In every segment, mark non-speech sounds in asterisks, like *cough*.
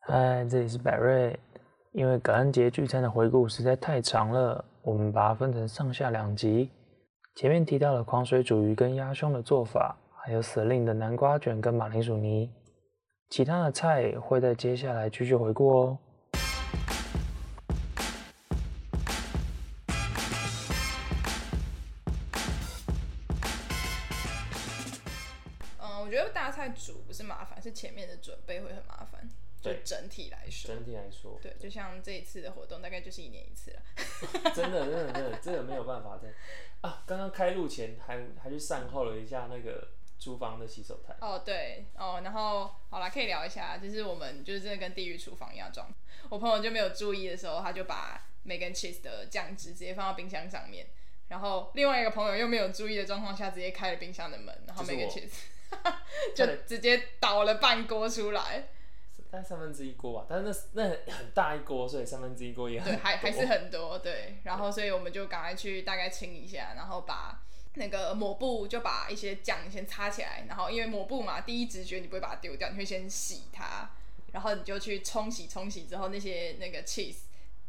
嗨，哎这里是百瑞。因为感恩节聚餐的回顾实在太长了，我们把它分成上下两集。前面提到了狂水煮鱼跟鸭胸的做法，还有死令的南瓜卷跟马铃薯泥。其他的菜会在接下来继续回顾哦。嗯，我觉得大菜煮不是麻烦，是前面的准备会很麻烦。就对整体来说，哎体来说，对，就像这一次的活动，大概就是一年一次了。真的，真的，真的，真的没有办法的啊！刚刚开录前还还去善后了一下那个厨房的洗手台。哦，对，哦，然后好啦，可以聊一下，就是我们就是真的跟地狱厨房一样装。我朋友就没有注意的时候，他就把 Megan cheese 的酱汁直接放到冰箱上面，然后另外一个朋友又没有注意的状况下，直接开了冰箱的门，然后就是 Megan 我 cheese *laughs* 就对直接倒了半锅出来，大概三分之一锅吧，但是那那很大一锅，所以三分之一锅也很对，还多还是很多，对。然后所以我们就赶快去大概清一下，然后把那个抹布就把一些酱先擦起来，然后因为抹布嘛，第一直觉你不会把它丢掉，你会先洗它，然后你就去冲洗冲洗之后那些那个 cheese。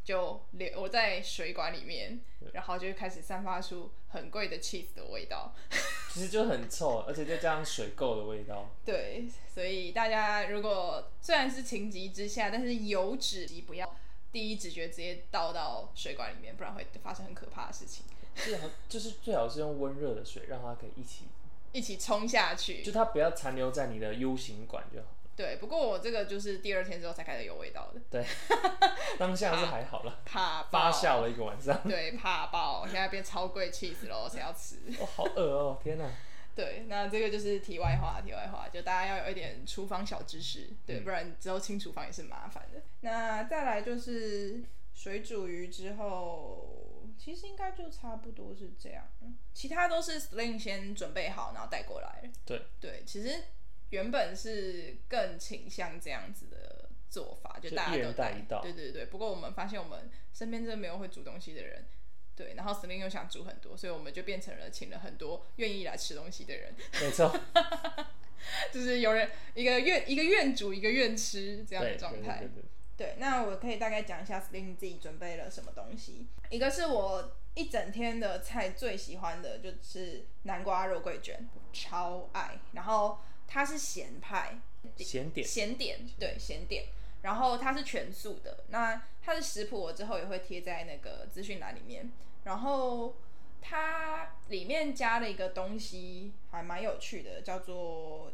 就留在水管里面，然后就开始散发出很贵的 cheese 的味道。其实就很臭，而且再加上水垢的味道，对，所以大家如果虽然是情急之下，但是油脂不要第一直觉直接倒到水管里面，不然会发生很可怕的事情。最好就是最好是用温热的水，让它可以一起，一起冲下就去。它不要残留在你的 U 型管就好。对，不过我这个就是第二天之后才开始有味道的， *laughs* 当下是还好了，怕发。爆酵了一个晚上，对，怕爆，现在变超贵 cheese 喽，谁要吃？ *laughs* 哦，好饿哦，天哪！对，那这个就是题外话，题外话，就大家要有一点厨房小知识，对，嗯不然之后清厨房也是麻烦的。那再来就是水煮鱼之后，其实应该就差不多是这样，其他都是 Sling 先准备好，然后带过来。对对，其实原本是更倾向这样子的做法，就就大一家人都带一道对对对，不过我们发现我们身边真的没有会煮东西的人。对，然后 s l i n 又想煮很多，所以我们就变成了请了很多愿意来吃东西的人，没 *laughs* 错，就是有人一个愿一个愿煮，一个愿吃这样的对对状对态对。对，对，那我可以大概讲一下 Sling 自己准备了什么东西。一个是我一整天的菜最喜欢的就是南瓜肉桂卷，超爱。然后它是咸派，对咸点咸点，对咸点。然后它是全素的，那它的食谱我之后也会贴在那个资讯栏里面。然后它里面加了一个东西，还蛮有趣的，叫做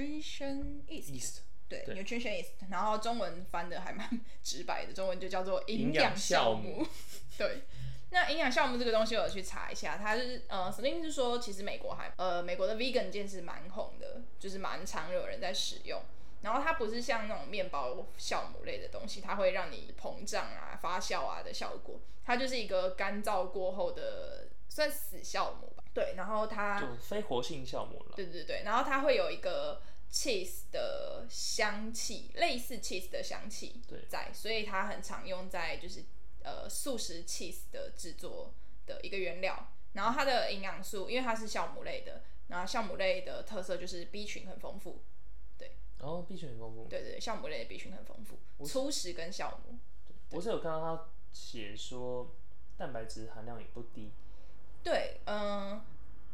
nutrition is ，East 对对 nutritionist，然后中文翻的还蛮直白的，中文就叫做营养养酵母母。 *laughs* 对，那营养酵母这个东西我有去查一下，它是呃 s l i n 是说其实美国还呃美国的 vegan 界是蛮红的，就是蛮常有人在使用。然后它不是像那种面包酵母类的东西，它会让你膨胀啊、发酵啊的效果，它就是一个干燥过后的算死酵母吧。对，然后它就非活性酵母了，啊对对对，然后它会有一个 cheese 的香气，类似 cheese 的香气对在，所以它很常用在就是呃素食 cheese 的制作的一个原料。然后它的营养素，因为它是酵母类的，然后酵母类的特色就是 B 群很丰富，然后必须很丰富。对对对，酵母类的 B 群很丰富，粗食跟酵母，我是有看到他写说蛋白质含量也不低，对，嗯。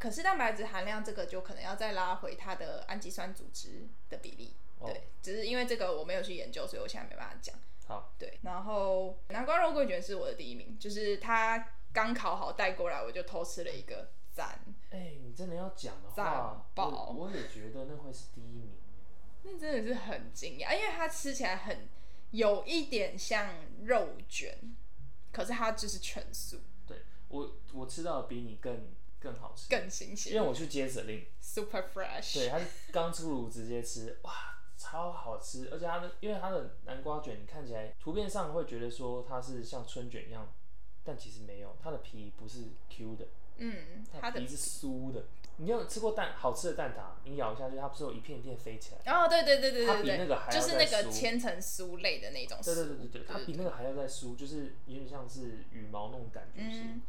可是蛋白质含量这个就可能要再拉回它的氨基酸组织的比例，哦对，只是因为这个我没有去研究，所以我现在没办法讲。好，对，然后南瓜肉桂卷是我的第一名，就是它刚烤好带过来，我就偷吃了一个，赞！哎、你真的要讲的赞话，爆我我也觉得那会是第一名。那真的是很惊讶，因为它吃起来很有一点像肉卷，可是它就是全素，对我，我吃到的比你更更好吃，更新因为鲜我去接指令， ，super fresh。对，它 *laughs* 是刚出炉直接吃，哇，超好吃！而且它的，因为它的南瓜卷，你看起来图片上会觉得说它是像春卷一样，但其实没有，它的皮不是 Q 的，嗯，它它的皮是酥的。你有吃过蛋好吃的蛋挞，你咬下去，它不是有一片一片飞起来？哦，对对对对它对比对，那个还要就是那再个酥千层酥类的那种酥，对对对对对，它比那个还要再酥，就是有点像是羽毛那种感觉是。嗯，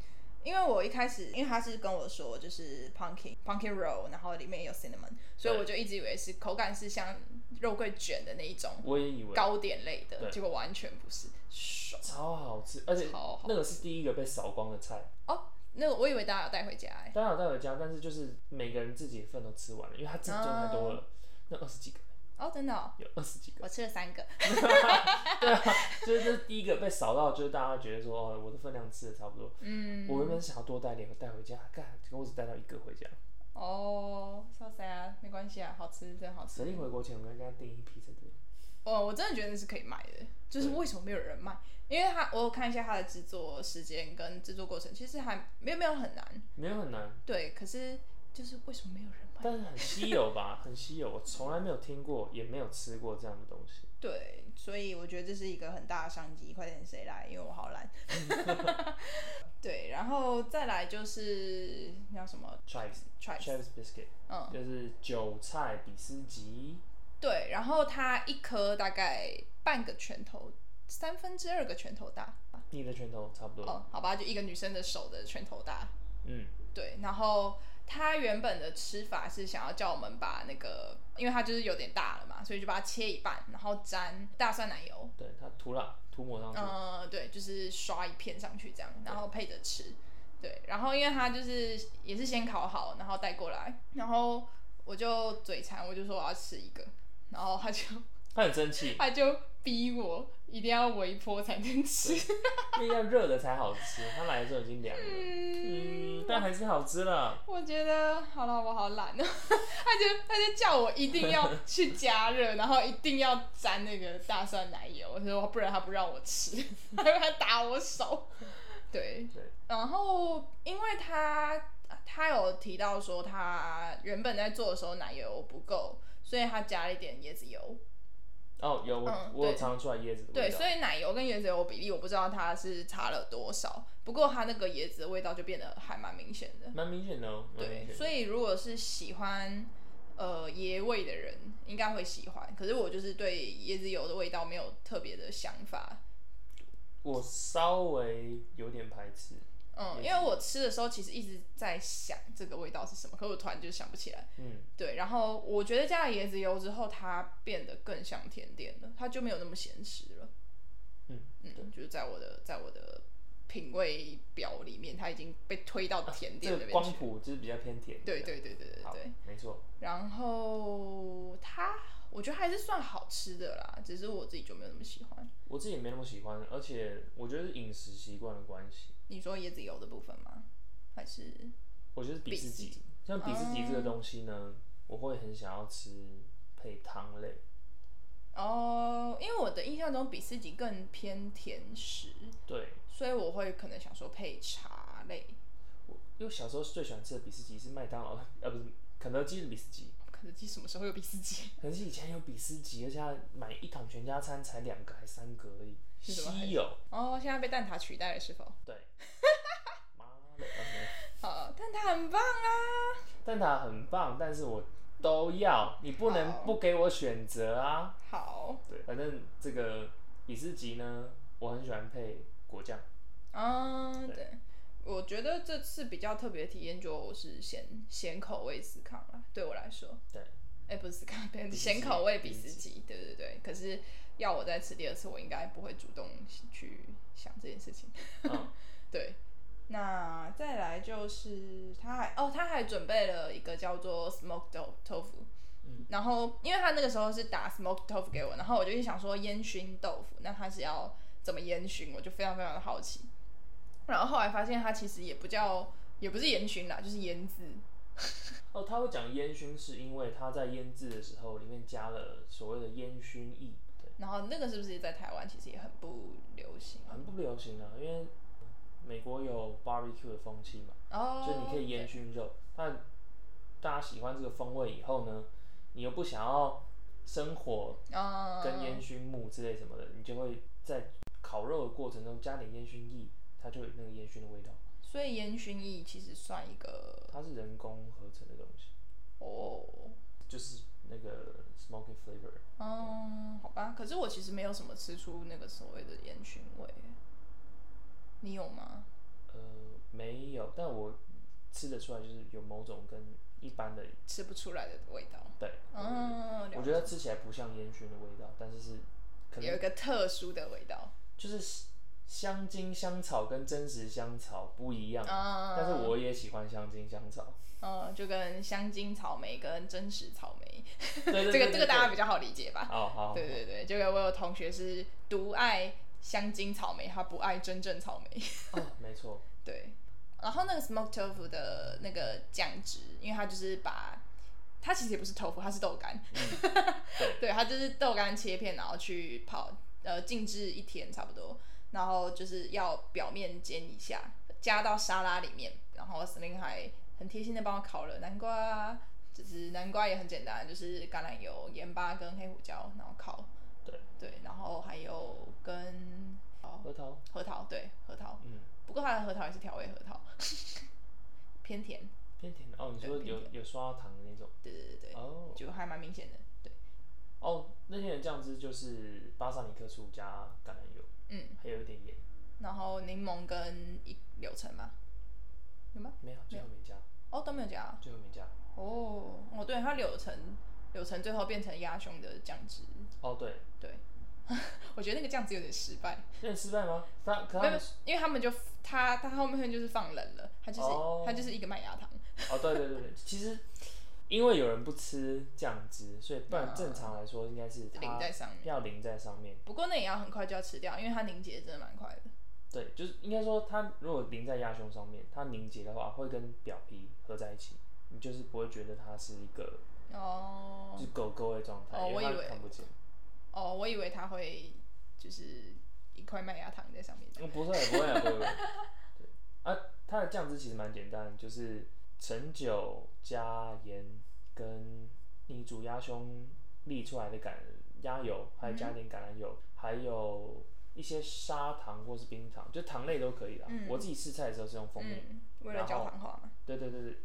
因为我一开始，因为他是跟我说就是 pumpkin pumpkin roll，然后里面有 cinnamon，所以我就一直以为是口感是像肉桂卷的那一种我也以为糕点类的，对结果完全不是，爽超好吃，而且超好那个是第一个被扫光的菜，哦！那个我以为大家有带回家、欸，当然有带回家，但是就是每个人自己的份都吃完了，因为他自己做太多了，那二十几个哦，真的、哦，有二十几个，我吃了三个，就是这是第一个被扫到，就是大家觉得说哦，我的分量吃的差不多。嗯，我原本想要多带两个带回家，干，结果我只带到一个回家。哦，烧塞啊，没关系啊，好吃，真好吃指。定回国前，我跟他订一批在这里。哦，我真的觉得那是可以买的，就是为什么没有人卖？因为它，我有看一下它的制作时间跟制作过程，其实还没有没有很难，没有很难，对。可是就是为什么没有人买？但是很稀有吧，很稀有，我从来没有听过，也没有吃过这样的东西。对，所以我觉得这是一个很大的商机，快点谁来？因为我好懒。 *laughs* 对，然后再来就是那叫什么 Chives try， Chives biscuit，哦嗯，就是韭菜比斯吉，对，然后它一颗大概半个拳头，三分之二个拳头大。你的拳头差不多。哦，好吧，就一个女生的手的拳头大。嗯，对，然后他原本的吃法是想要叫我们把那个，因为它就是有点大了嘛，所以就把它切一半，然后沾大蒜奶油，对，它涂了涂抹上去。嗯、对，就是刷一片上去这样，然后配着吃。对，然后因为他就是也是先烤好，然后带过来，然后我就嘴馋，我就说我要吃一个，然后他就，他很生气他就逼我一定要微波才能吃。因为要热的才好吃。他来的时候已经凉了，嗯，但还是好吃了。 *laughs* 我觉得好了，我好懒哦。他就他就叫我一定要去加热，然后一定要沾那个大蒜奶油，我说不然他不让我吃， *laughs* 他他打我手。 *laughs* 对，对然后因为他他有提到说他原本在做的时候奶油不够，所以他加了一点椰子油。哦，有我、嗯我有对尝出来椰子的对，味道。所以奶油跟椰子油比例我不知道它是差了多少，不过它那个椰子的味道就变得还蛮明显的。蛮明显的哦，蛮明对，显的所以如果是喜欢呃椰味的人，应该会喜欢。可是我就是对椰子油的味道没有特别的想法，我稍微有点排斥，嗯，因为我吃的时候其实一直在想这个味道是什么，可我突然就想不起来。嗯，对，然后我觉得加了椰子油之后，它变得更像甜点了，它就没有那么咸食了。嗯嗯，就是在我的在我的品味表里面，它已经被推到甜点啊这个那边光去。谱就是比较偏甜。对对对对对好对。，没错，然后它，我觉得还是算好吃的啦，只是我自己就没有那么喜欢。我自己也没那么喜欢，而且我觉得是饮食习惯的关系，你说椰子油的部分吗？还是我觉得比斯比斯吉，像比斯吉这个哦东西呢，我会很想要吃配汤类，哦，因为我的印象中比斯吉更偏甜食，对，所以我会可能想说配茶类。我因为小时候最喜欢吃的比斯吉是麦当劳的， *laughs* 呃，不是肯德基的比斯吉，肯德基什么时候有比斯吉？可是以前有比斯吉，而且它买一桶全家餐才两个还三个而已，是什么稀有，哦，现在被蛋挞取代了是否？对，妈的。OK 好，蛋挞很棒啊！蛋挞很棒，但是我都要，你不能好不给我选择啊。好，对，反正这个比斯吉呢，我很喜欢配果酱，嗯，对对，我觉得这次比较特别的体验就是咸咸口味司康啦，对我来说，对，哎、不是司康，对比斯咸口味比比斯斯吉，对对对。可是要我再吃第二次，我应该不会主动去想这件事情。嗯，对，那再来就是他还哦，他还准备了一个叫做 smoked to- tofu，、嗯然后因为他那个时候是打 smoked tofu 给我，然后我就一直想说烟熏豆腐，那他是要怎么烟熏？我就非常非常的好奇。然后后来发现它其实也不叫，也不是烟熏啦，就是腌制。哦，他会讲烟熏是因为他在腌制的时候里面加了所谓的烟熏液，对，然后那个是不是在台湾其实也很不流行？很不流行啊，因为美国有 barbecue 的风气嘛，哦，所以你可以烟熏肉，但大家喜欢这个风味以后呢，你又不想要生火对，嗯，跟烟熏木之类什么的，你就会在烤肉的过程中加点烟熏液，它就有那个烟熏的味道。所以烟熏意其实算一个它是人工合成的东西，哦，就是那个 smoky flavor。嗯，好吧。可是我其实没有什么吃出那个所谓的烟熏味，你有吗？呃，没有，但我吃得出来，就是有某种跟一般的吃不出来的味道。对，嗯，我了觉得吃起来不像烟熏的味道，但是是可有一能个特殊的味道。就是香精香草跟真实香草不一样，嗯，但是我也喜欢香精香 *laughs* 草。嗯，就跟香精草莓跟真实草莓，对对对这个对这个大家对比较好理解吧？哦好，对对对，这个我有同学是独爱香精草莓，他不爱真正草莓。哦没错，对，然后那个 smoked tofu 的那个酱汁，因为它就是把它其实也不是豆腐，它是豆干，嗯 *laughs* 对对，它就是豆干切片，然后去泡呃静置一天差不多，然后就是要表面煎一下，加到沙拉里面，然后司令还很贴心的帮我烤了南瓜。就是南瓜也很简单，就是橄榄油、盐巴跟黑胡椒，然后烤。对对，然后还有跟核桃，核桃，对核桃，嗯，不过它的核桃也是调味核桃， *laughs* 偏甜，偏甜的哦，你对说偏有甜有刷糖的那种对对对对，哦就还蛮明显的。对，哦，那天的酱汁就是巴萨尼克醋加橄榄油，嗯，还有一点盐，然后柠檬跟一柳橙嘛，有吗？没有最后没加，哦，都没有加啊最后没加。哦哦，对，它柳橙柳橙最后变成鸭胸的酱汁，哦对，对，我觉得那个酱汁有点失败，那你失败吗？他可没有，他没有因为他们就它它后面就是放冷了，它就是、哦它就是一个麦芽糖，哦，对对对对，其实因为有人不吃酱汁，所以不然正常来说应该是淋它在上面。要淋在上面。不过那也要很快就要吃掉，因为它凝结真的蛮快的。对，就是应该说它如果淋在鸭胸上面，它凝结的话会跟表皮合在一起，你就是不会觉得它是一个哦就是狗狗的状态，哦因我以为为它看不见。哦，我以为它会就是一块麦芽糖在上面这样。嗯，不会不会啊不会不会。对啊，它的酱汁其实蛮简单，就是陈酒加盐跟你煮鸭胸沥出来的橄鸭油，还有加一点橄榄油，还有一些砂糖或是冰糖，就糖类都可以啦。嗯我自己试菜的时候是用蜂蜜，嗯，为了然焦后糖化嘛。对对对对，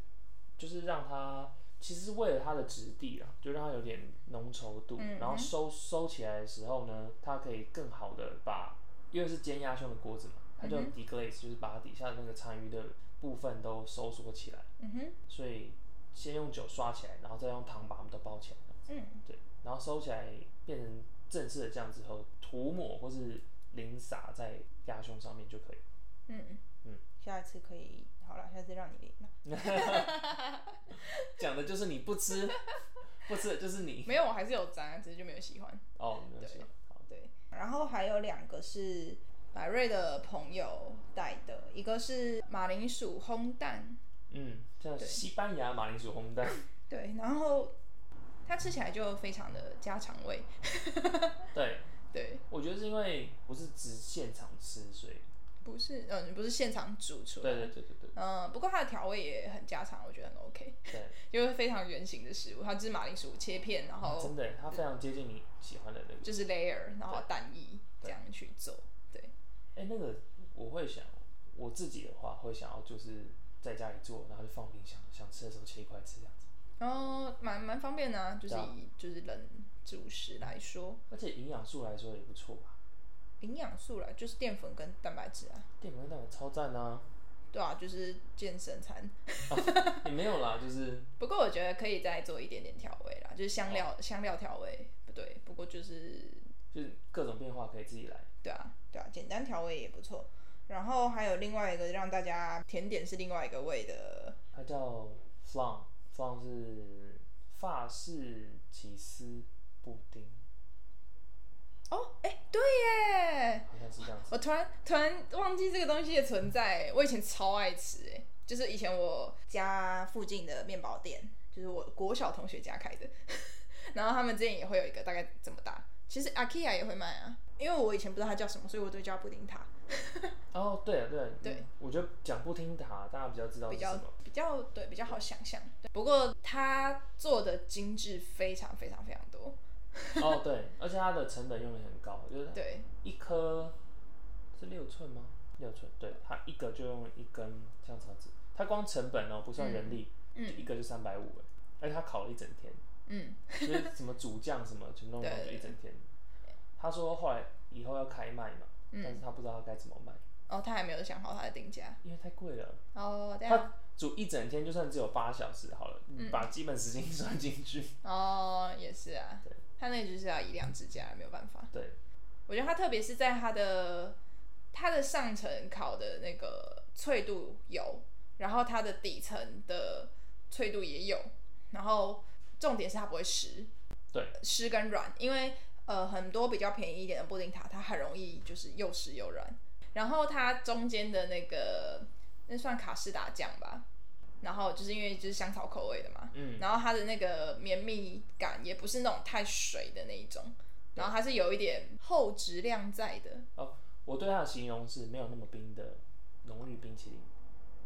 就是让它。其实是为了它的质地啦，就让它有点浓稠度，嗯然后嗯收收起来的时候呢，它可以更好的把，因为是煎鸭胸的锅子嘛，它就嗯哼 deglaze，、就是把它底下的那个残余的部分都收缩起来，嗯哼，所以先用酒刷起来，然后再用糖把它们都包起来，嗯对，然后收起来变成正式的酱之后，涂抹或是淋洒在鸭胸上面就可以。嗯嗯。下次可以，好了，下次让你领了。讲的就是你不吃， *laughs* 不吃的就是你没有，我还是有沾，只是就没有喜欢。哦，没关系对，好，对，然后还有两个是百瑞的朋友带的，一个是马铃薯烘蛋，嗯，像对西班牙马铃薯烘蛋，对，然后它吃起来就非常的家常 *laughs* 味，对，对，我觉得是因为不是只现场吃，所以不是，嗯、你不是现场煮出来，对对对对对嗯，不过它的调味也很家常，我觉得很 *laughs* OK，对，就是非常圆形的食物，它就是马铃薯切片，然啊后真的，它非常接近你喜欢的那个。就是 layer，然后单一对这样去做。对，哎，那个我会想，我自己的话会想要就是在家里做，然后就放冰箱，想吃的时候切一块吃这样子，然后蛮蛮方便的、啊，就是对啊以就是冷主食来说，而且营养素来说也不错吧，营养素啦，就是淀粉跟蛋白质啊，淀粉跟蛋白超赞啊，对啊，就是健身餐。 *laughs* 也没有啦，就是不过我觉得可以再做一点点调味啦，就是香哦料、香料调味不对，不过就是就是各种变化可以自己来，对啊，对啊，简单调味也不错。然后还有另外一个让大家甜点是另外一个味的，它叫 flan，flan 是法式起司布丁，哦，哎、对耶！好像是这样子，我突然突然忘记这个东西的存在。我以前超爱吃，哎，就是以前我家附近的面包店，就是我国小同学家开的， *laughs* 然后他们之前也会有一个大概这么大。其实 IKEA 也会卖啊，因为我以前不知道它叫什么，所以我都叫它布丁塔，哦，对了对了对嗯我觉得讲布丁塔大家比较知道比哦是什较么， *laughs* 比较对比较好想象。对不过它做的精致非常非常非常多，哦对，而且它的成本用的很高，就是对，一颗是六寸吗？六寸，对，它一个就用一根香草纸，它光成本哦、不算人力，就一嗯个就三百五哎，而且它烤了一整天，嗯，就是什么煮酱什么，全部弄对弄就对嗯一整天。他说后来以后要开卖嘛，但是他不知道他该怎么卖，哦，他还没有想好他的定价。因为太贵了。哦，这样它煮一整天，就算只有八小时好了，嗯你把基本时间 *laughs* 算进去。哦，也是啊对，他那就是要以量制价，没有办法。对，我觉得它特别是在它的它的上层烤的那个脆度有，然后它的底层的脆度也有，然后重点是它不会湿，对，湿跟软，因为呃很多比较便宜一点的布丁塔，它很容易就是又湿又软，然后它中间的那个那算卡士达酱吧，然后就是因为就是香草口味的嘛，嗯，然后它的那个绵密感也不是那种太水的那一种，然后它是有一点厚质量在的，我对它的形容是没有那么冰的浓郁冰淇淋。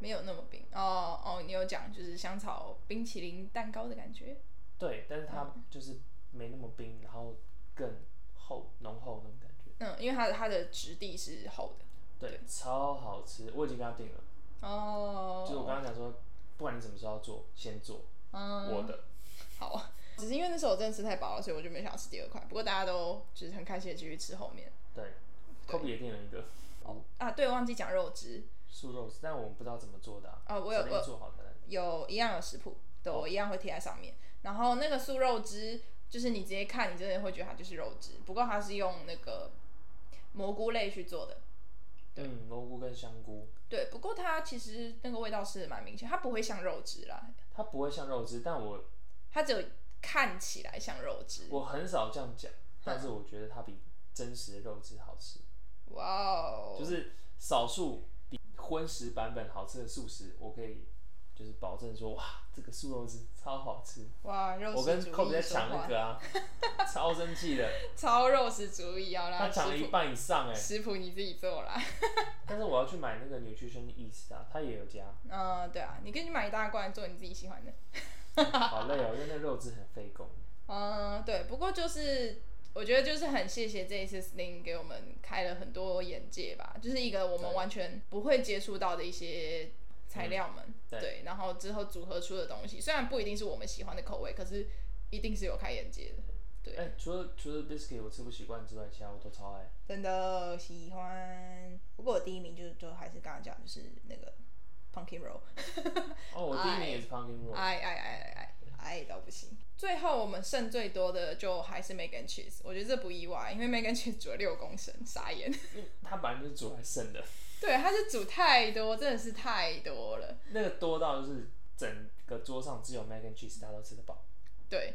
没有那么冰。哦哦，你有讲就是香草冰淇淋蛋糕的感觉。对，但是它嗯就是没那么冰，然后更厚浓厚那种感觉。嗯，因为它的它的质地是厚的。对，超好吃，我已经跟他订了。哦，就是我刚刚讲说，不管你什么时候要做，先做嗯，我的。好。只是因为那时候我真的吃太饱了，所以我就没想要吃第二块。不过大家都就是很开心的继续吃后面。对，Kobe 也订了一个哦啊，对，忘记讲肉汁，素肉丝，但我们不知道怎么做的啊。啊我有谁我做好的。有一样有食谱，对哦我一样会贴在上面。然后那个素肉汁，就是你直接看，你真的会觉得它就是肉汁，不过它是用那个蘑菇类去做的。嗯，蘑菇跟香菇，对，不过它其实那个味道是蛮明显，它不会像肉汁啦，它不会像肉汁，但我它只有看起来像肉汁。我很少这样讲，嗯但是我觉得它比真实的肉汁好吃，哇哦，就是少数比荤食版本好吃的素食，我可以就是保证说，哇，这个素肉汁超好吃。哇，肉我跟食 Kobe 主在义说啊抢那话，个啊，超生气 *laughs* 的，超肉食主义啊他啦，抢了一食谱半以上哎、食谱你自己做啦。但是我要去买那个 Nutrition East 啊，它也有加，嗯，对啊，你可以去买一大罐做你自己喜欢的。好累哦，因为那肉质很费工。嗯，对，不过就是我觉得就是很谢谢这一次 Sling 给我们开了很多眼界吧，就是一个我们对嗯完全不会接触到的一些材料们，对对，然后之后组合出的东西，虽然不一定是我们喜欢的口味，可是一定是有开眼界的，对，哎、除了除了 biscuit 我吃不习惯之外，其他我都超爱。真的喜欢。不过我第一名就就还是刚刚讲的就是那个 Pumpkin Roll，哦，我第哎一名也是 pumpkin roll，爱爱爱爱爱到不行。最后我们剩最多的就还是 Megan Cheese，我觉得这不意外，因为 Megan Cheese 煮了六公升，傻眼。因为它本来就是煮来剩的，对，它是煮太多，真的是太多了。那个多到就是整个桌上只有 mac and cheese 大家都吃得饱。对，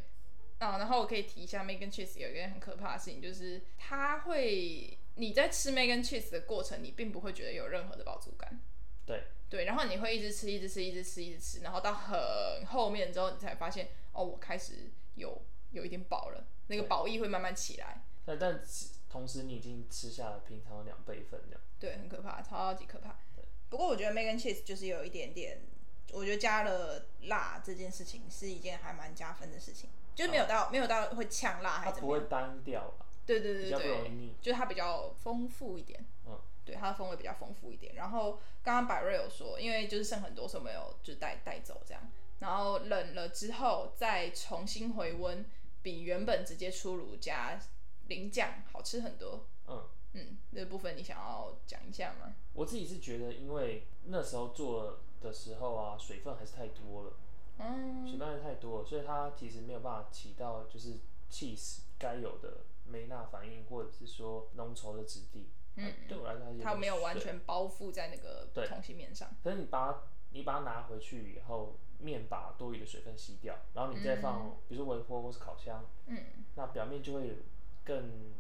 啊，然后我可以提一下 Megan Cheese 有一个很可怕的事情，就是它会你在吃 Megan Cheese 的过程，你并不会觉得有任何的饱足感。对对，然后你会一直吃，一直吃，一直吃，一直吃，然后到很后面之后，你才发现哦，我开始有有一点饱了，那个对饱意会慢慢起来。但但同时你已经吃下了平常的两倍份量。对，很可怕，超级可怕对。不过我觉得 Megan Cheese 就是有一点点，我觉得加了辣这件事情是一件还蛮加分的事情，就是没有到、没有到会呛辣还嗯它是怎不么会样。单调吧？对对比对较不容易对，腻。就是它比较丰富一点。嗯，对，它的风味比较丰富一点。然后刚刚百瑞有说，因为就是剩很多，所以没有就是带带走这样。然后冷了之后再重新回温，比原本直接出炉加淋酱好吃很多。嗯，嗯，这部分你想要讲一下吗？我自己是觉得，因为那时候做的时候啊，水分还是太多了，嗯，水分还是太多了，所以它其实没有办法起到就是 cheese 该有的梅纳反应，或者是说浓稠的质地。嗯对我来说还是它点没有完水。全包覆在那个对同性面上。可是你把它你把它拿回去以后，面把多余的水分吸掉，然后你再放，比如说微波或是烤箱，嗯，那表面就会有更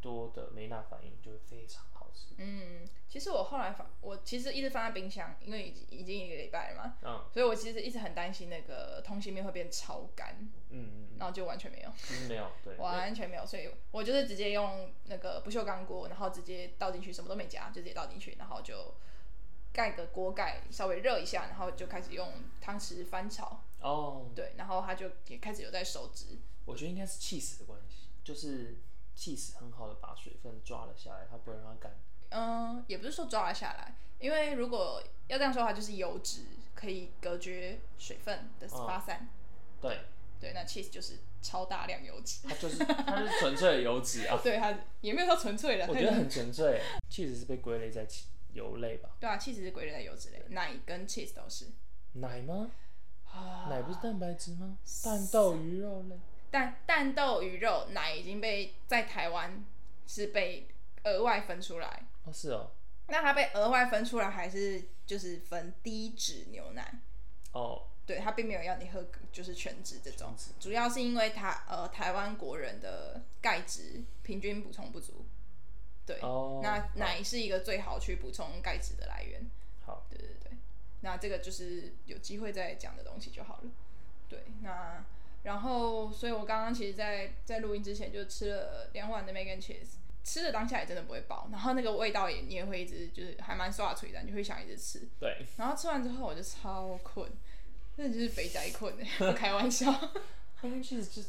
多的梅纳反应，就会非常好吃。嗯，其实我后来放，我其实一直放在冰箱，因为已经已经一个礼拜了嘛，嗯所以我其实一直很担心那个通心面会变超干，嗯嗯，嗯然后就完全没有，其实没有对。对完全没有，所以我就是直接用那个不锈钢锅，然后直接倒进去，什么都没加，就直接倒进去，然后就盖个锅盖稍微热一下，然后就开始用汤匙翻炒，哦，对，然后它就也开始有在收汁，我觉得应该是气死的关系，就是气死很好的把水分抓了下来，它不会让它干。嗯，也不是说抓了下来，因为如果要这样说的话，就是油脂可以隔绝水分的哦发散。对，对，那 cheese 就是超大量油脂。它就是它是纯粹的油脂啊 *laughs* ，对它也没有说纯粹的，我它觉得就是很纯粹。气死是被归类在气油类吧？对啊，cheese 是鬼蛋油脂类，奶跟 cheese 都是。奶吗？啊奶不是蛋白质吗？蛋豆鱼肉类。蛋蛋豆鱼肉奶已经被在台湾是被额外分出来，哦，是哦，那它被额外分出来还是就是分低脂牛奶？哦，对，它并没有要你喝就是全脂这种全脂，主要是因为它呃台湾国人的钙质平均补充不足，对，哦那好奶是一个最好去补充钙质的来源，好，对对对，那这个就是有机会再讲的东西就好了。对，那然后，所以我刚刚其实在，在录音之前就吃了两碗的 mac and cheese，吃的当下也真的不会饱，然后那个味道也你也会一直就是还蛮刷嘴的，你就会想一直吃。对，然后吃完之后我就超困，那就是肥宅困哎、不开玩笑。 *laughs* 因为其实就是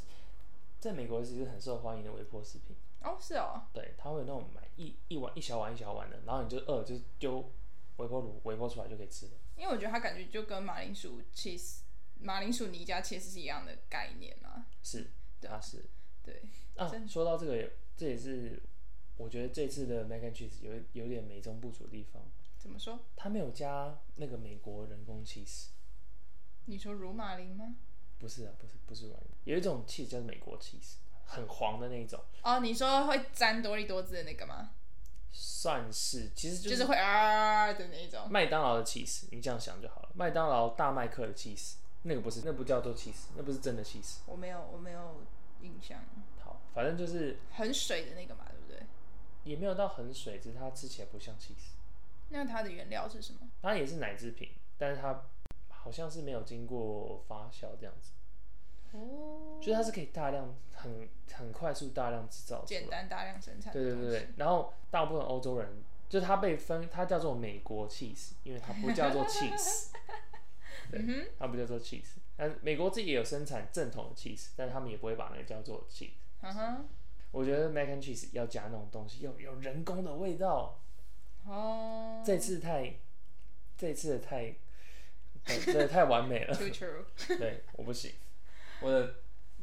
在美国是一个很受欢迎的微波食品，哦，是哦，对，它会有那种买一一碗一小碗一小碗的，然后你就饿就丢微波炉微波出来就可以吃了。因为我觉得它感觉就跟马铃薯 cheese、马铃薯泥加 cheese 是一样的概念啊。是，它是对，啊。说到这个也，这也是我觉得这次的 mac and cheese 有有点美中不足的地方，怎么说？它没有加那个美国人工 cheese，你说乳马铃吗？不是啊，不是不是软，有一种 cheese 叫美国 cheese，很黄的那一种，哦，你说会沾多利多汁的那个吗？算是其实就就是是会啊的那一种。麦当劳的 cheese，你这样想就好了。麦当劳大麦克的 cheese，那个不是，那不叫做 cheese，那不是真的 cheese。我没有，我没有印象，好，反正就是很水的那个嘛，对不对？也没有到很水，只是它吃起来不像 cheese。那它的原料是什么？它也是奶制品，但是它好像是没有经过发酵这样子，哦，就是它是可以大量、很很快速大量制造出简来。单嗯大量生产。对对对对。，然后大部分欧洲人，就是它被分，它叫做美国 cheese，因为它不叫做 cheese。 *laughs* 嗯哼，它不叫做 cheese，但美国自己也有生产正统的 cheese，但他们也不会把那个叫做 cheese。嗯哼，我觉得 mac and cheese 要加那种东西，要有人工的味道。哦这次太，这次的太，对，这太完美了。 *laughs* ，too true。对，我不行，我的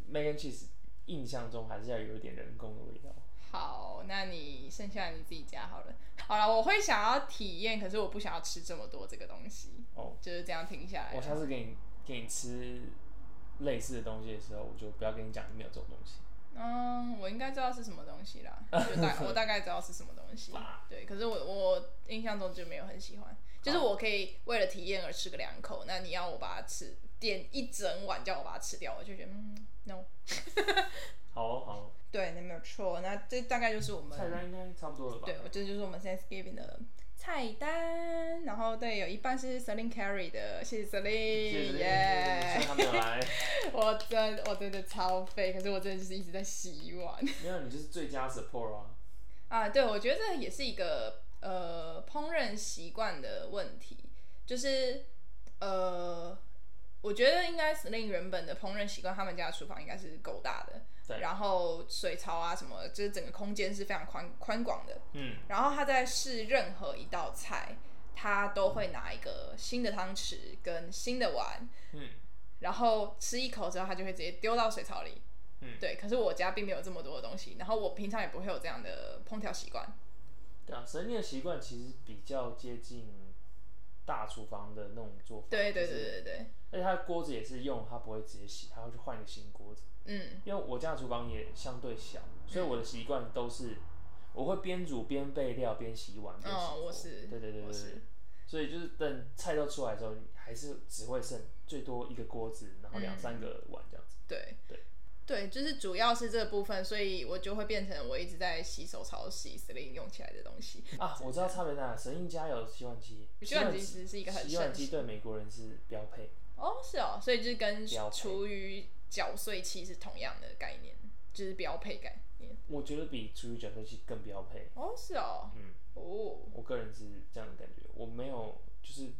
mac and cheese 印象中还是要有一点人工的味道。好，那你剩下你自己加好了。好了，我会想要体验，可是我不想要吃这么多这个东西，哦，就是这样停下来我。下次给你给你吃类似的东西的时候，我就不要跟你讲没有这种东西。嗯，我应该知道是什么东西 *laughs* 啦，就大我大概知道是什么东西。对，可是我我印象中就没有很喜欢，就是我可以为了体验而吃个两口，那你要我把它吃点一整碗，叫我把它吃掉，我就觉得嗯，no。好哦、好哦，对，那没有错。那这大概就是我们菜单应该差不多了吧？对，这就是我们 Thanksgiving 的菜单。然后对，有一半是 Selin Carey 的，谢谢 Selin，谢谢，谢耶谢他没有来。我真我真的超废，可是我真的就是一直在洗碗。没有，你就是最佳 support 啊。啊，对，我觉得这也是一个呃烹饪习惯的问题，就是呃，我觉得应该是令原本的烹饪习惯，他们家的厨房应该是够大的，对然后水槽啊什么的，就是整个空间是非常宽宽广的。嗯，然后他在试任何一道菜，他都会拿一个新的汤匙跟新的碗，嗯，然后吃一口之后，他就会直接丢到水槽里。嗯对。可是我家并没有这么多的东西，然后我平常也不会有这样的烹调习惯。对啊，神力的习惯其实比较接近大厨房的那种做法。对对就对是。对对，而且它的锅子也是用，它不会直接洗，它会去换一个新锅子。嗯，因为我家的厨房也相对小，所以我的习惯都是我会边煮边备料边洗碗边洗哦锅。我是对对对我对是对。所以就是等菜都出来的时候，你还是只会剩最多一个锅子，然后两嗯三个碗这样子。对对对，就是主要是这部分，所以我就会变成我一直在洗手槽洗 s l i n 用起来的东西。啊，我知道差别在哪，神印家有洗碗机，洗碗机其实是一个很洗碗盛机对美国人是标配，哦，是哦，所以就是跟标配厨余搅碎器是同样的概念，就是标配概念。我觉得比厨余搅碎器更标配。哦，是哦，嗯，哦，我个人是这样的感觉，我没有就是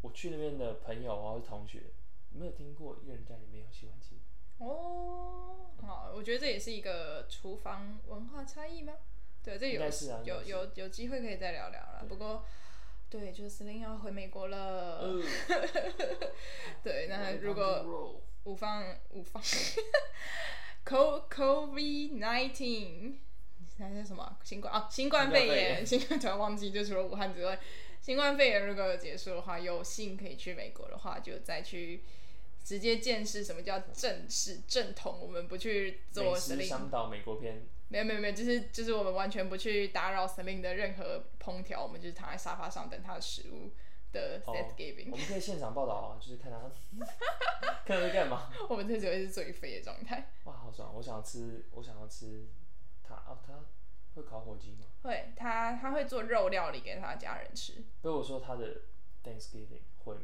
我去那边的朋友啊或是同学，没有听过一个人家里没有洗碗机。哦，好，我觉得这也是一个厨房文化差异吗？对，这应有该是啊应该有是有有机会可以再聊聊啦。不过，对，就是司令要回美国了。呃对， *laughs* 那如果五 *laughs* 方五方，Co COVID nineteen，那叫什么啊新冠啊？新冠肺炎，新冠突然忘记，就除了武汉之外，新冠肺炎如果有结束的话，有幸可以去美国的话，就再去直接见识什么叫正式正统，我们不去美做司食令，商岛美国篇，没有没有没有，就是就是我们完全不去打扰司令的任何烹调，我们就是躺在沙发上等他的食物的哦 Thanksgiving，、我们可以现场报道啊，就是 *laughs* 看他看他在干嘛。我们这只会是最飞的状态。哇，好爽！我想吃，我想要吃他哦，他会烤火鸡吗？会，他他会做肉料理给他的家人吃。不是我说他的 Thanksgiving 会吗？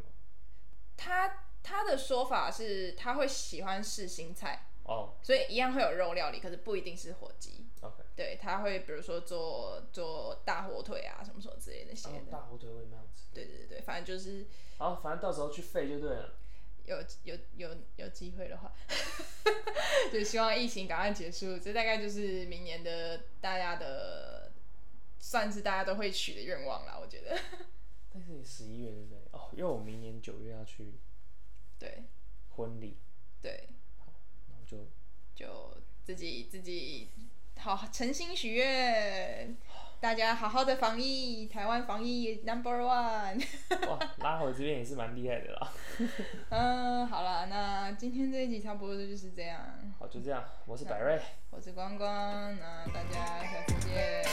他他的说法是，他会喜欢试新菜，哦所以一样会有肉料理，可是不一定是火鸡。 ，OK，对，他会比如说做做大火腿啊，什么什么之类的那些哦的。大火腿我也蛮想吃。对对对，反正就是好，反正到时候去废就对了。有有有有机会的话， *laughs* 就希望疫情赶快结束。这大概就是明年的大家的，算是大家都会许的愿望啦。我觉得，但是你十一月对不对？哦，因为我明年九月要去对婚礼，对，然后就就自己自己好诚心许愿，大家好好的防疫，台湾防疫 number one。 *laughs* 哇，拉回这边也是蛮厉害的啦。嗯，好了，那今天这一集差不多就是这样。好，就这样，我是百瑞。我是光光，那大家下次见。